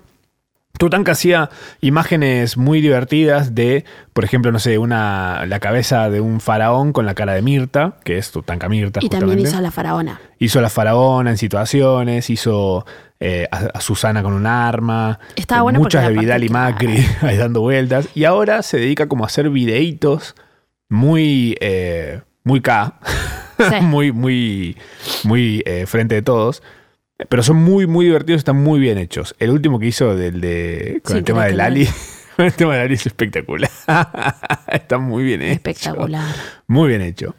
Tutanka hacía imágenes muy divertidas de, por ejemplo, no sé, una la cabeza de un faraón con la cara de Mirta, que es Tutanka Mirta.
Y también
justamente.
hizo a la faraona.
Hizo a la faraona en situaciones, hizo eh, a, a Susana con un arma,
Estaba
eh,
bueno
muchas de
porque
Vidal y
aparte,
Macri ahí dando vueltas. Y ahora se dedica como a hacer videitos muy, eh, muy K,
Sí.
muy, muy, muy eh, frente de todos. Pero son muy, muy divertidos, están muy bien hechos. El último que hizo del de, con
Sí,
el tema
creo
de
que lo
Lali, con el tema de Lali es espectacular. Está muy bien hecho.
Espectacular.
Muy bien hecho.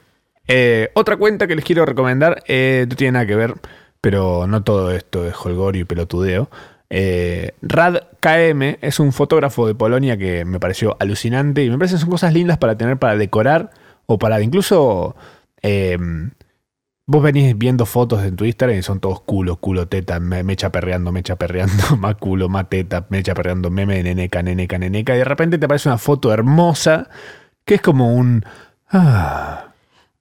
Eh, otra cuenta que les quiero recomendar, eh, no tiene nada que ver, pero no todo esto es holgorio y pelotudeo. Eh, Rad KM es un fotógrafo de Polonia que me pareció alucinante y me parece que son cosas lindas para tener para decorar o para incluso... eh, vos venís viendo fotos en tu Instagram y son todos culo, culo, teta, me, mecha perreando, mecha perreando, más culo, más teta, mecha perreando, meme, neneca, neneca, neneca. Y de repente te aparece una foto hermosa que es como un... ah,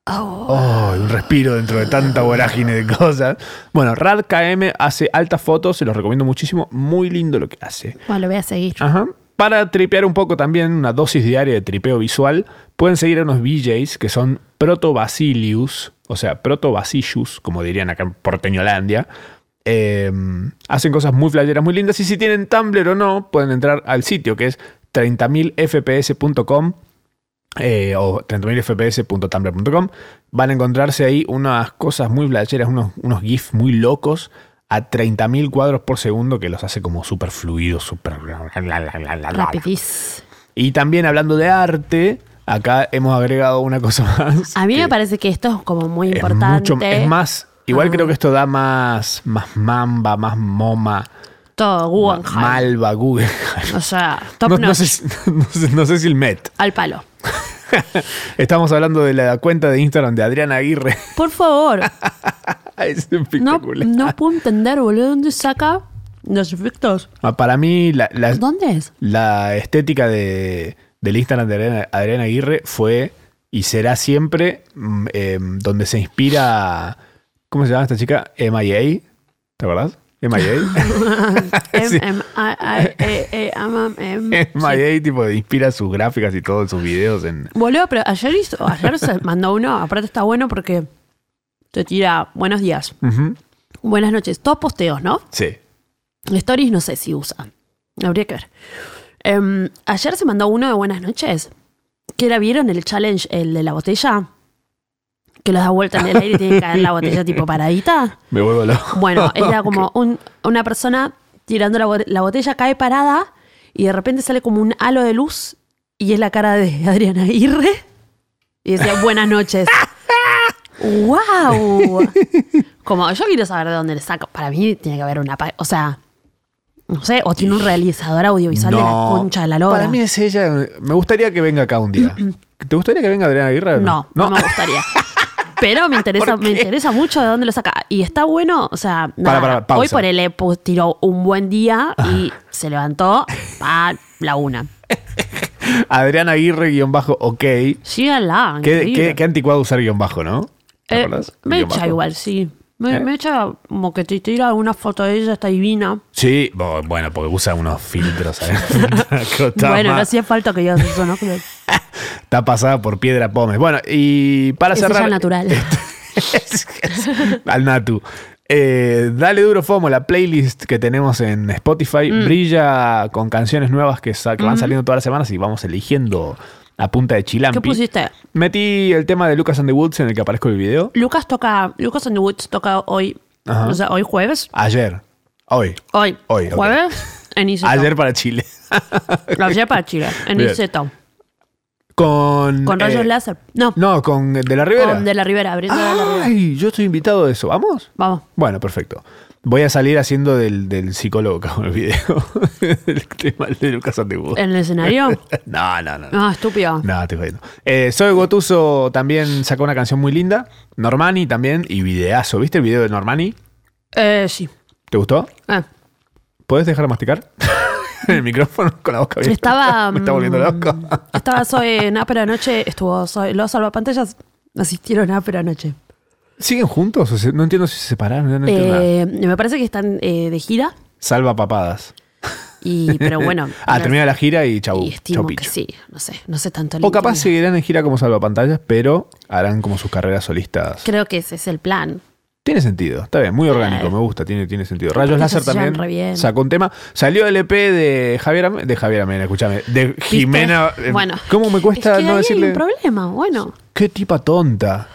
Oh,
Oh, un respiro dentro de tanta vorágine de cosas. Bueno, Rad KM hace altas fotos, se los recomiendo muchísimo. Muy lindo lo que hace.
Bueno, lo voy a seguir.
Ajá. Para tripear un poco también, una dosis diaria de tripeo visual, pueden seguir a unos VJs que son Proto Basilius, o sea, Proto Basilius, como dirían acá en Porteñolandia. Eh, hacen cosas muy playeras, muy lindas. Y si tienen Tumblr o no, pueden entrar al sitio que es 30.000fps.com eh, o 30.000fps.tumblr.com, van a encontrarse ahí unas cosas muy blacheras, unos, unos GIFs muy locos a 30.000 cuadros por segundo que los hace como súper fluidos, súper...
Rapidís.
Y también hablando de arte, acá hemos agregado una cosa más.
A mí me
que
parece que esto es como muy
es
Ah, importante.
mucho- es más, igual
Ah.
creo que esto da más, más mamba, más moma,
Todo Guggenheim.
malva, Google.
O sea, top
No,
notch.
no sé, si- no sé- no sé si el Met.
Al palo.
Estamos hablando de la cuenta de Instagram de Adriana Aguirre.
Por favor,
es
no,
espectacular.
no puedo entender, boludo, dónde saca los efectos.
Ah, Para mí, la, la-
¿Dónde es?
la estética de, del Instagram de Adriana, Adriana Aguirre fue y será siempre mm, em, donde se inspira. ¿Cómo se llama esta chica? MIA. ¿Te acordás? MIA. Sí.
Em, em, a- a- e- e- am, am, em.
MIA tipo, inspira sus gráficas y todos sus videos en...
Boludo, pero ayer, hizo- ayer se mandó uno. Aparte está bueno porque te tira buenos días,
Ujú.
buenas noches. Todos posteos, ¿no?
Sí.
Stories no sé si usa. Habría que ver. Em, ayer se mandó uno de buenas noches. Que era, ¿vieron el challenge, el de la botella? Que los da vuelta en el aire y tienen que caer la botella tipo paradita.
Me vuelvo loco.
Bueno, era como un- una persona tirando la, bo- la botella, cae parada y de repente sale como un halo de luz y es la cara de Adriana Irre. Y decía, buenas noches. ¡Wow! Como yo quiero saber de dónde le saca. Para mí tiene que haber una. pa- O sea, no sé, o tiene un realizador audiovisual de la concha de la lora.
Para mí es ella. Me gustaría que venga acá un día. ¿Te gustaría que venga Adriana Aguirre? o
No, no, me gustaría. Pero me interesa, me interesa mucho de dónde lo saca. Y está bueno, o sea, nada,
para, pausa. Ah.
hoy por él tiró un buen día y se levantó a la una.
Adriana Aguirre guión bajo ok. ¿Qué,
Síganla.
qué,
increíble.
qué anticuado usar guión bajo, no? ¿Te
Eh,
acordás?
me
Guión
echa
bajo.
igual, sí. Me,
¿Eh?
me echa como que te tira una foto de ella, está divina.
Sí, bo- bueno, porque usa unos filtros. ¿sabes? Está
bueno,
ma-
no hacía falta que digas eso, ¿no? Pero
Está pasada por piedra pómez. Bueno, y para
Es
cerrar.
ella natural.
al Natu. Eh, dale duro FOMO, la playlist que tenemos en Spotify
Mm.
brilla con canciones nuevas que, sa- que van saliendo todas las semanas y vamos eligiendo a punta de chilampi.
¿Qué pusiste?
Metí el tema de Lucas and the Woods en el que aparezco el video.
Lucas toca, Lucas and the Woods toca hoy,
Ajá.
o sea, hoy jueves.
Ayer. Hoy.
Hoy,
Hoy, ok.
jueves, en Iseto.
Ayer para Chile.
La llevé para Chile, en
Bien.
Iseto.
Con.
Con
eh,
rayos láser. No,
No, con De La Ah. Rivera.
con de la Rivera, abriendo de la Rivera.
Ay, yo estoy invitado de eso. ¿Vamos?
Vamos.
Bueno, perfecto. Voy a salir haciendo del, del psicólogo con el video. el tema de Lucas Antiguo.
¿En el escenario? Ah,
No, no, no. no.
No, estúpido.
No, estoy jodiendo. Eh, Zoe Gotuso también sacó una canción muy linda. Normani también. Y videazo. ¿Viste el video de Normani?
Eh, sí.
¿Te gustó?
Ah.
Eh, ¿Puedes dejar de masticar? el micrófono con la boca abierta.
Estaba.
Me está volviendo
mm,
loco.
Estaba Zoe en Ápera Anoche, estuvo Zoe, los salvapantallas asistieron a Ápera Anoche.
¿Siguen juntos? O sea, no entiendo si se separaron. No entiendo nada.
Eh, me parece que están eh, de gira,
Salva papadas.
y, pero bueno.
Ah,
las-
termina la gira y chau.
Y
chau
estimo que
picho.
sí, no sé, no sé tanto. la
O capaz
intimidad.
seguirán en gira como salvapantallas, pero harán como sus carreras solistas.
Creo que ese es el plan.
Tiene sentido, está bien, muy orgánico, me gusta, tiene, tiene sentido. Rayos
Aparte
Láser
se llevan re
también
bien.
sacó un tema. Salió el EP de Javier Am- de Javier Amena, escúchame, de Jimena. eh,
Bueno.
¿Cómo me cuesta
es que ahí
no
hay
decirle?
un problema, bueno,
Qué tipa tonta.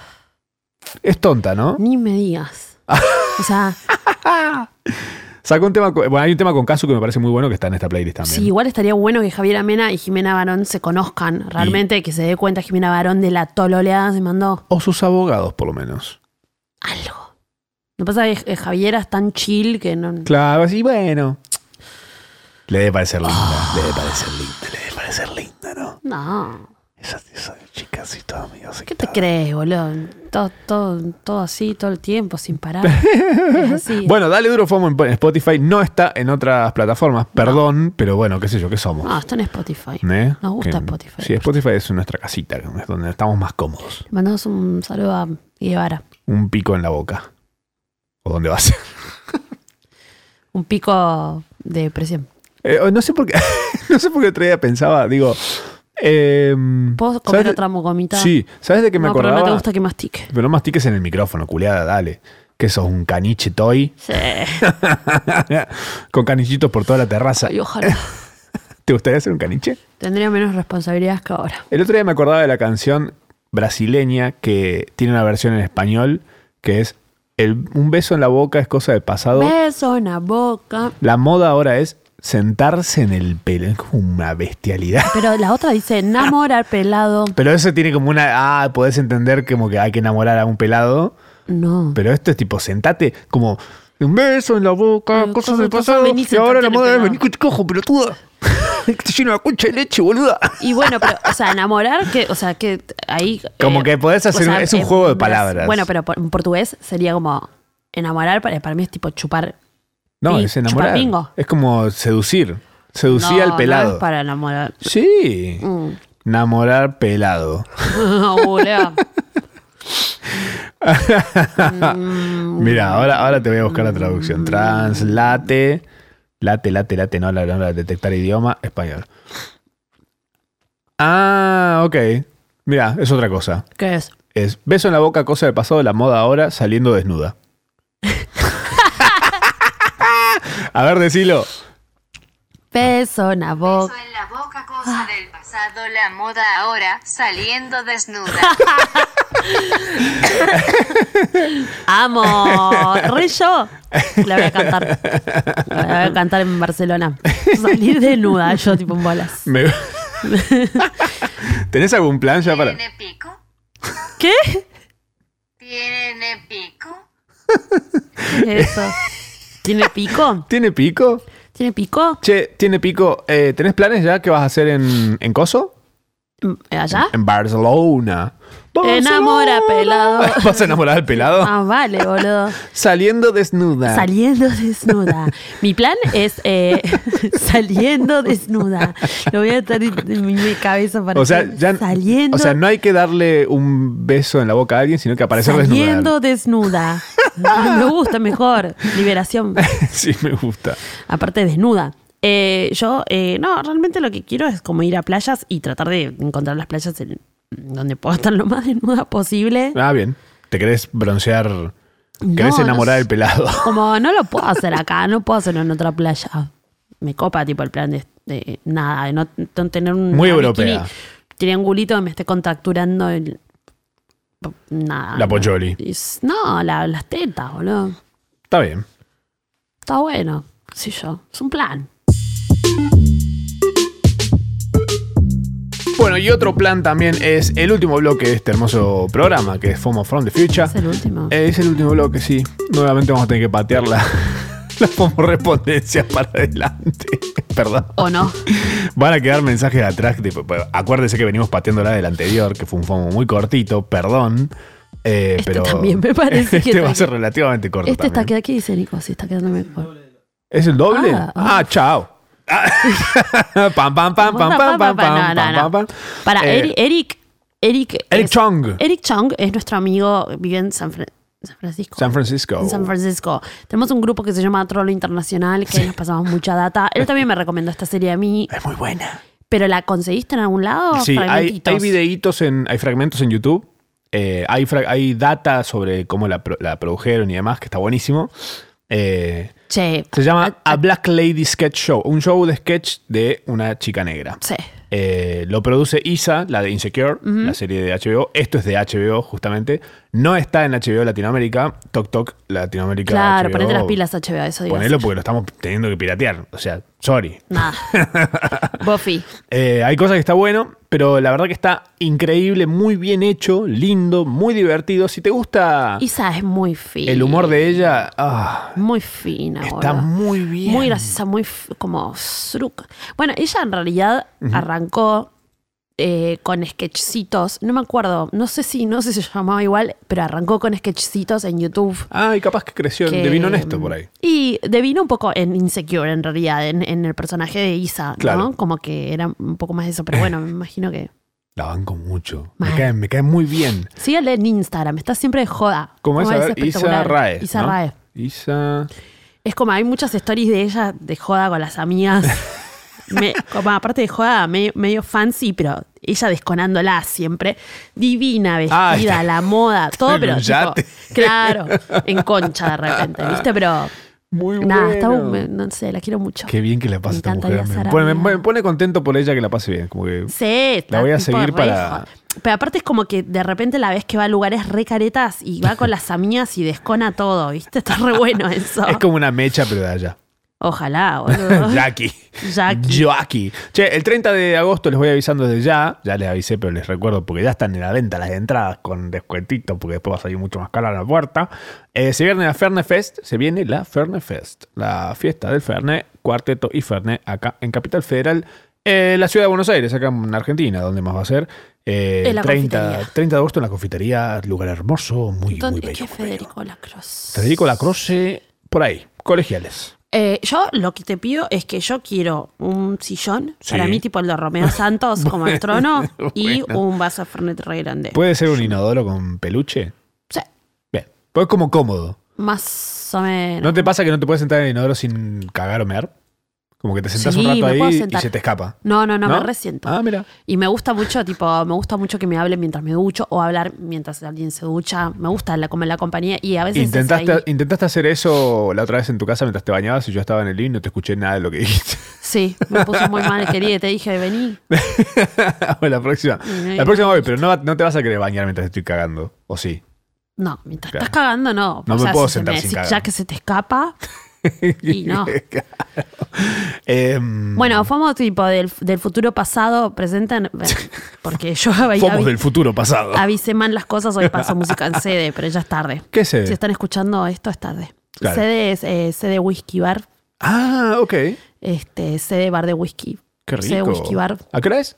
Es tonta, ¿no?
ni me digas. O sea,
Sacó un tema, con- bueno, hay un tema con Casu que me parece muy bueno que está en esta playlist también.
Sí, igual estaría bueno que Javier Amena y Jimena Barón se conozcan realmente, que se dé cuenta Jimena Barón de la tololeada se mandó
O sus abogados, por lo menos.
algo. Lo que pasa es que Javiera es tan chill que no.
Claro, así, bueno. Le debe parecer linda, le debe parecer linda, le debe parecer linda, ¿no?
No.
Esas, esas chicas y todo, amigos.
¿Qué te crees, boludo? Todo, todo, todo así, todo el tiempo, sin parar. Es así.
Bueno, dale duro FOMO en Spotify. No está en otras plataformas, perdón, pero bueno, qué sé yo, ¿qué somos?
No, está en Spotify.
¿Eh?
Ah, Nos gusta
Que-
Spotify.
Sí, Spotify es nuestra casita, es donde estamos más cómodos.
Mandamos un saludo a Guevara.
Un pico en la boca. ¿O dónde vas?
Un pico de presión.
Eh, no sé por qué. no sé por qué otro día pensaba, digo. Eh,
¿Puedo
¿sabes
comer
de-
otra gomita?
Sí, ¿sabes de qué me
no,
acordaba?
pero no te gusta que mastique.
Pero no mastiques en el micrófono, culiada, dale. Que sos un caniche toy.
Sí.
con canichitos por toda la terraza.
Ay, ojalá.
¿Te gustaría ser un caniche?
Tendría menos responsabilidades que ahora.
El otro día me acordaba de la canción brasileña que tiene una versión en español que es el- un beso en la boca es cosa del pasado.
Beso en la boca.
La moda ahora es sentarse en el pelo. Es como una bestialidad.
Pero la otra dice enamorar pelado.
Pero eso tiene como una. Ah, podés entender como que hay que enamorar a un pelado.
No.
Pero esto es tipo, sentate como. Un beso en la boca,
Eh,
cosas
cosas del
del pasado.
pasado, vení,
y ahora
sentate
la
en el
moda es
pelado.
venir con cojo, pelotuda. que te lleno la concha de leche, boluda.
Y bueno, pero, o sea, enamorar, que, o sea, que ahí. eh,
Como que podés
o eh,
hacer un- es un juego de
bras-
palabras.
Bueno, pero por- en portugués sería como enamorar, para, para mí es tipo chupar.
No,
Pi-
es enamorar.
chupapingo.
Es como seducir. Seducir
No,
al pelado.
No es para enamorar.
Sí.
Mm.
Enamorar pelado.
No, boludo. Mm,
Mira, ahora, ahora te voy a buscar la traducción. Translate. Late, late, late, no la, no la detectar idioma, español. Ah, ok. Mira, es otra cosa.
¿Qué es?
Es beso en la boca, cosa del pasado, la moda ahora, saliendo desnuda. a ver, decilo.
Beso en la boca.
Beso en la boca, cosa del pasado, la moda ahora, saliendo desnuda.
¡Amo! ¡Re yo! La voy a cantar. La voy a cantar en Barcelona. Salir desnuda yo, tipo en bolas.
Me- ¿Tenés algún plan ya para.?
¿Tiene pico?
¿Qué?
¿Tiene pico?
Eso. ¿Tiene pico?
¿Tiene pico?
¿Tiene pico?
Che, tiene pico. Eh, ¿Tenés planes ya que vas a hacer en, en Coso?
¿Allá?
En Barcelona. Barcelona.
¿Ah? Enamora, pelado.
¿Vas a enamorar al pelado?
Ah, vale, boludo.
Saliendo desnuda.
Saliendo desnuda. Mi plan es eh, saliendo desnuda. Lo voy a tener en mi cabeza para
o sea,
hacer
ya,
saliendo
o sea, no hay que darle un beso en la boca a alguien, sino que aparecer
saliendo desnuda. Me gusta mejor. Liberación.
desnuda. sí, me gusta.
Aparte desnuda. Eh, yo, eh, no, realmente lo que quiero es como ir a playas y tratar de encontrar las playas en- donde pueda estar lo más desnuda posible.
Ah, bien. ¿Te querés broncear?
No,
¿Querés
no
enamorar
sé. Ah,
al pelado?
Como no lo puedo hacer acá, no puedo hacerlo en otra playa. Me copa tipo el plan de, de nada, de no, no tener un
Muy
una
europea.
bikini triangulito que me esté contracturando el nada.
La
no.
pocholi.
Es- No, la- las tetas, boludo.
Está bien.
Está bueno, qué sé yo. Es un plan.
Bueno, y otro plan también es el último bloque de este hermoso programa, que es FOMO From the Future.
Es el último.
Eh, Es el último bloque, sí. Nuevamente vamos a tener que patear la, la correspondencia para adelante. Perdón.
¿O no?
Van a quedar mensajes atrás. tipo, acuérdense que venimos pateando la del anterior, que fue un fomo muy cortito, perdón. Eh,
Este
pero
también me parece que
Este
está
va a ser
aquí.
relativamente corto.
Este está
también.
quedando, ¿qué dice Nico? Sí, está quedando mejor.
¿Es el doble?
Ah,
Ah,
ah.
chao. Ah. pam, pam, pam, pam, pam, pam,
No, no,
pam, pam,
no.
pam, pam.
Para
Eh,
Eri- Eric, Eric,
Eric
es-
Chung.
Eric Chung es nuestro amigo, vive en San, Fran- San Francisco.
San Francisco.
En San Francisco. Tenemos un grupo que se llama Trollo Internacional, que ahí nos pasamos mucha data. Él también me recomendó esta serie a mí,
Es muy buena.
pero ¿la conseguiste en algún lado?
Sí, hay,
Oh, Fragmentitos.
hay videitos, en, hay fragmentos en YouTube. eh, hay, fra- hay data sobre cómo la, pro- la produjeron y demás, que está buenísimo. Eh,
Che,
Se llama
ah.
A Black Lady Sketch Show, un show de sketch de una chica negra.
sí.
Eh, lo produce Isa, la de Insecure, la serie de HBO. Esto es de HBO, justamente. No está en HBO Latinoamérica. Toc Toc Latinoamérica.
Claro,
HBO.
ponete las pilas HBO, eso digo.
oh. Ponelo pues. porque lo estamos teniendo que piratear. O sea, sorry.
Nada. Buffy.
Eh, hay cosas que está bueno, pero la verdad que está increíble, muy bien hecho, lindo, muy divertido. Si te gusta
Isa es muy fina.
el humor de ella, ah,
Muy fina,
está
boludo.
muy bien.
Muy graciosa, muy f- como sruc. Bueno, ella en realidad arrancó eh, con sketchcitos. No me acuerdo, no sé si, no sé si se llamaba igual, pero arrancó con sketchcitos en YouTube.
Ah, y capaz que creció,
que-
te vino honesto por ahí.
Y devino un poco en Insecure, en realidad, en, en el personaje de Isa, ¿no?
Claro.
Como que era un poco más eso, pero bueno, me imagino que.
La banco mucho.
Mal.
Me cae, me cae muy bien.
Sígale en Instagram, está siempre de joda.
¿Cómo es?
Como
A ver, Isa
espectacular.
Rae.
Isa
¿no?
Rae.
Isa.
Es como hay muchas stories de ella de joda con las amigas. Me- como aparte de joda, medio, medio fancy, pero ella desconándola siempre. Divina,
Ah,
vestida,
está-
la moda, todo,
en
pero.
un
tipo,
yate.
claro, en concha de repente, ¿viste? Pero.
Muy
Nada, está
bueno.
un- no sé, la quiero mucho.
Qué bien que la pase
Me
esta
encantaría
mujer. Me
ser
pone,
amiga.
me pone contento por ella que la pase bien. Como que.
Sí, está
voy a
tipo
seguir
re
para-
hijo. Pero aparte es como que de repente la ves que va a lugares re caretas y va con las amigas y descona todo, ¿viste? Está re bueno eso.
Es como una mecha, pero de allá.
Ojalá, boludo.
Jackie.
Jackie.
Jackie. Che, el 30 de agosto les voy avisando desde ya. Ya les avisé, pero les recuerdo porque ya están en la venta las entradas con descuentito, porque después va a salir mucho más cara la puerta. Eh, se viene la Ferne Fest. Se viene la Ferne Fest. La fiesta del Ferne, Cuarteto y Ferne, acá en Capital Federal. eh, la ciudad de Buenos Aires, acá en Argentina, donde más va a ser. Eh,
En la
30,
confitería.
30 de agosto en la confitería, lugar hermoso, muy, muy
¿Dónde-
bello.
¿Qué
muy bello.
Federico Lacrosse?
Federico Lacroce, por ahí, colegiales.
Eh, yo lo que te pido es que yo quiero un sillón,
Sí.
para mí tipo el de Romeo Santos como el trono, y
bueno. Pues-
un vaso de Fernet re grande.
¿Puede ser un inodoro con peluche?
Sí.
Pues es como cómodo.
Más o menos.
¿No te pasa que no te puedes sentar en el inodoro sin cagar o mear? Como que te sentás
Sí,
un rato
me puedo
ahí y
sentar.
se te escapa.
No, no, no,
¿No?
me resiento.
Ah, mira.
Y me gusta mucho, tipo, me gusta mucho que me hablen mientras me ducho o hablar mientras alguien se ducha. Me gusta la, como la compañía y a veces. es
Intentaste,
ahí.
intentaste hacer eso la otra vez en tu casa mientras te bañabas y yo estaba en el living y no te escuché nada de lo que dijiste.
Sí, me puse muy mal, querida. y Te dije, vení.
Bueno, la próxima.
Y
La
no-
próxima voy, pero no, va- no te vas a querer bañar mientras estoy cagando. ¿O sí?
No, mientras
Claro.
estás cagando, no.
No me puedo
si se
sentar sin
decís
cagar.
Ya que se te escapa. Y no.
Claro. Em,
Bueno, fomos tipo del, del futuro pasado, presentan. Porque yo había-
Fomos del futuro pasado.
avisé mal las cosas, hoy pasó música en sede, pero ya es tarde.
¿Qué sé?
Si están escuchando esto, es tarde.
Claro.
Sede es eh, sede whisky bar,
Ah, ok.
este, sede bar de whisky.
Qué
Sede
rico.
whisky bar,
¿A qué hora es?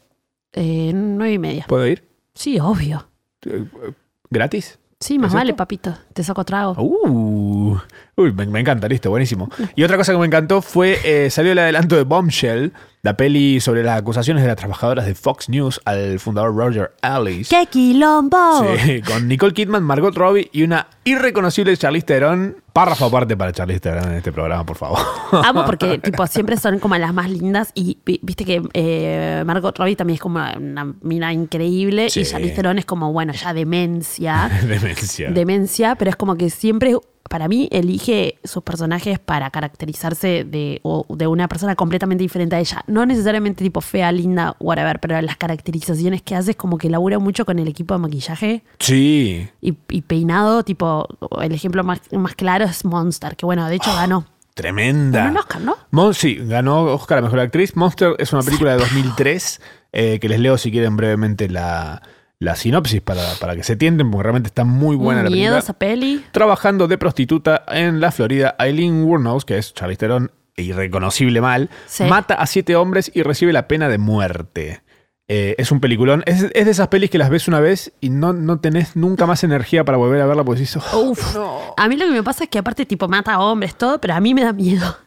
eh, nueve y media.
¿Puedo ir?
Sí, obvio.
Eh, eh, ¿Gratis?
Sí, más
¿Es
vale,
esto?
papito. Te saco trago.
Uh, uy, me, me encanta, listo, buenísimo. Y otra cosa que me encantó fue, eh, salió el adelanto de Bombshell, la peli sobre las acusaciones de las trabajadoras de Fox News al fundador Roger Ellis.
¡Qué quilombo!
Sí, con Nicole Kidman, Margot Robbie y una irreconocible Charlize Theron. Párrafo aparte para Charlize Theron en este programa, por favor.
Amo porque, tipo, siempre son como las más lindas y vi- viste que eh, Margot Robbie también es como una mina increíble
Sí.
y Charlize Theron es como, bueno, ya demencia,
Demencia.
demencia, pero es como que siempre, para mí, elige sus personajes para caracterizarse de, o de una persona completamente diferente a ella. No necesariamente tipo fea, linda, whatever, pero las caracterizaciones que hace es como que labura mucho con el equipo de maquillaje
sí.
y, y peinado, tipo, el ejemplo más, más claro es Monster, que bueno, de
Ah,
hecho ganó.
Tremenda.
Ganó un Oscar, ¿no?
Mon- sí, ganó Oscar a Mejor Actriz. Monster es una película de 2003 eh, que les leo si quieren brevemente la, la sinopsis para, para que se tienten, porque realmente está muy buena
Un
la
miedo
película.
esa peli.
Trabajando de prostituta en la Florida, Eileen Wurnos, que es Charlize Theron, irreconocible mal,
Sí.
mata a siete hombres y recibe la pena de muerte. Eh, es un peliculón. Es, es de esas pelis que las ves una vez y no, no tenés nunca más energía para volver a verla porque decís, "Oh,
Uf. A mí lo que me pasa es que aparte tipo mata a hombres, todo, pero a mí me da miedo.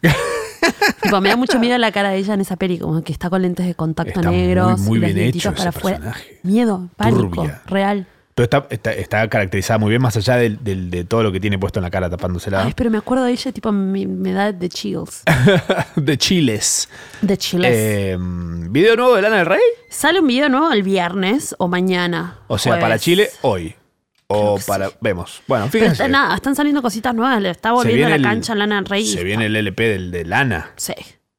tipo, me da mucho miedo la cara de ella en esa peli, como que está con lentes de contacto
Está muy,
negros,
muy
y los
bien
dientitos
hecho ese
para afuera.
personaje.
Miedo, pánico,
Turbia.
real.
Pero está, está- está caracterizada muy bien, más allá del- del- de, todo lo que tiene puesto en la cara tapándosela.
Ay, pero me acuerdo de ella, tipo, me, me da de chills.
de chiles.
De chiles.
Eh, ¿Video nuevo de Lana del Rey?
Sale un video nuevo el viernes o mañana.
O sea,
jueves.
para Chile, hoy. O
Pues. que sí.
para. Vemos. Bueno,
Pero
fíjense.
está- nada, están saliendo cositas nuevas. Le está
Se
volviendo
viene
a la
el-
cancha Lana Rey.
Se viene el LP del, de Lana.
Sí.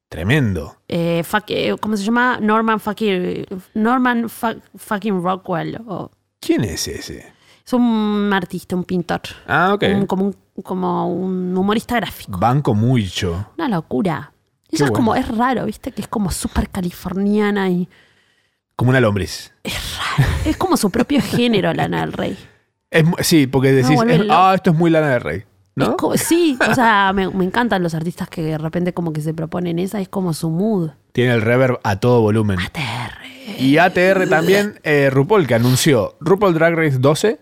Tremendo.
Eh, fuck- eh, ¿Cómo se llama? Norman fucking, Norman fuck- fucking Rockwell. o-
¿Quién es ese?
es un artista, un pintor.
Ah, ok.
Un- como, un, como un humorista gráfico.
Banco mucho.
Una locura. Ella es
bueno.
como, es raro, ¿viste? Que es como súper californiana y
Como una lombriz.
es como su propio género, Lana del Rey.
Es mu- sí, porque decís,
vuelve
es-
loco.
ah, esto es muy Lana del Rey.
Es
¿No?
co- sí, o sea, me, me encantan los artistas que de repente como que se proponen esa, es como su mood.
Tiene el reverb a todo volumen.
TR.
Y ATR también, eh, RuPaul, que anunció RuPaul Drag Race 12,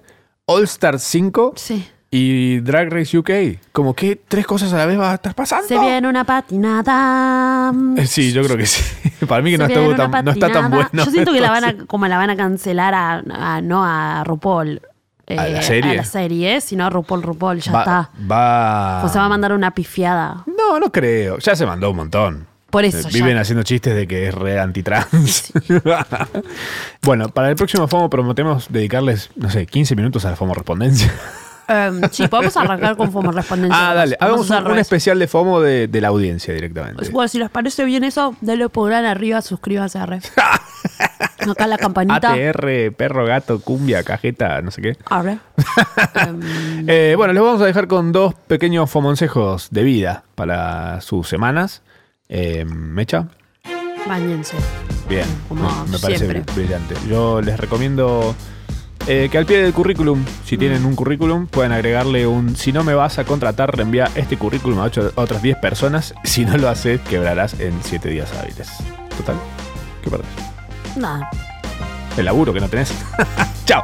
All Star 5
Sí.
y Drag Race UK. Como que tres cosas a la vez va a estar pasando.
Se viene una patinada.
Eh, Sí, yo creo que sí. Para mí que
Se
no está,
viene una
tan, no está tan
patinada.
bueno.
Yo siento que la van
entonces.
a, como la van a cancelar a, a- no a RuPaul. eh,
¿A la serie?
A la serie, sino a RuPaul, RuPaul, ya
va,
está.
Va...
O se va a mandar una pifiada.
No, no creo. Ya se mandó un montón.
Por
Eh,
eso. ya.
Viven haciendo chistes de que es re antitrans. bueno, para el próximo FOMO prometemos dedicarles, no sé, 15 minutos a la FOMO Respondencia.
Em, sí, podemos arrancar con Fomo Respondencia.
ah, dale.
Vamos
Hagamos
a
un,
hacer al
un
revés.
especial de FOMO de, de la audiencia directamente.
Bueno, si les parece bien eso, denle pulgar arriba, suscríbanse a Red. Acá la campanita.
ATR, perro, gato, cumbia, cajeta, no sé qué.
Arre. Em,
Eh, bueno, les vamos a dejar con dos pequeños fomoncejos de vida para sus semanas. Eh, Mecha,
bañense.
bien,
Como
me, me parece
siempre.
brillante. Yo les recomiendo eh, que al pie del currículum,
Mm.
si tienen un currículum, puedan agregarle un si no me vas a contratar, reenvía este currículum a, ocho- a otras 10 personas. Si no lo haces, quebrarás en 7 días hábiles. Total, ¿qué perdés?
Nada.
El laburo que no tenés. Chao.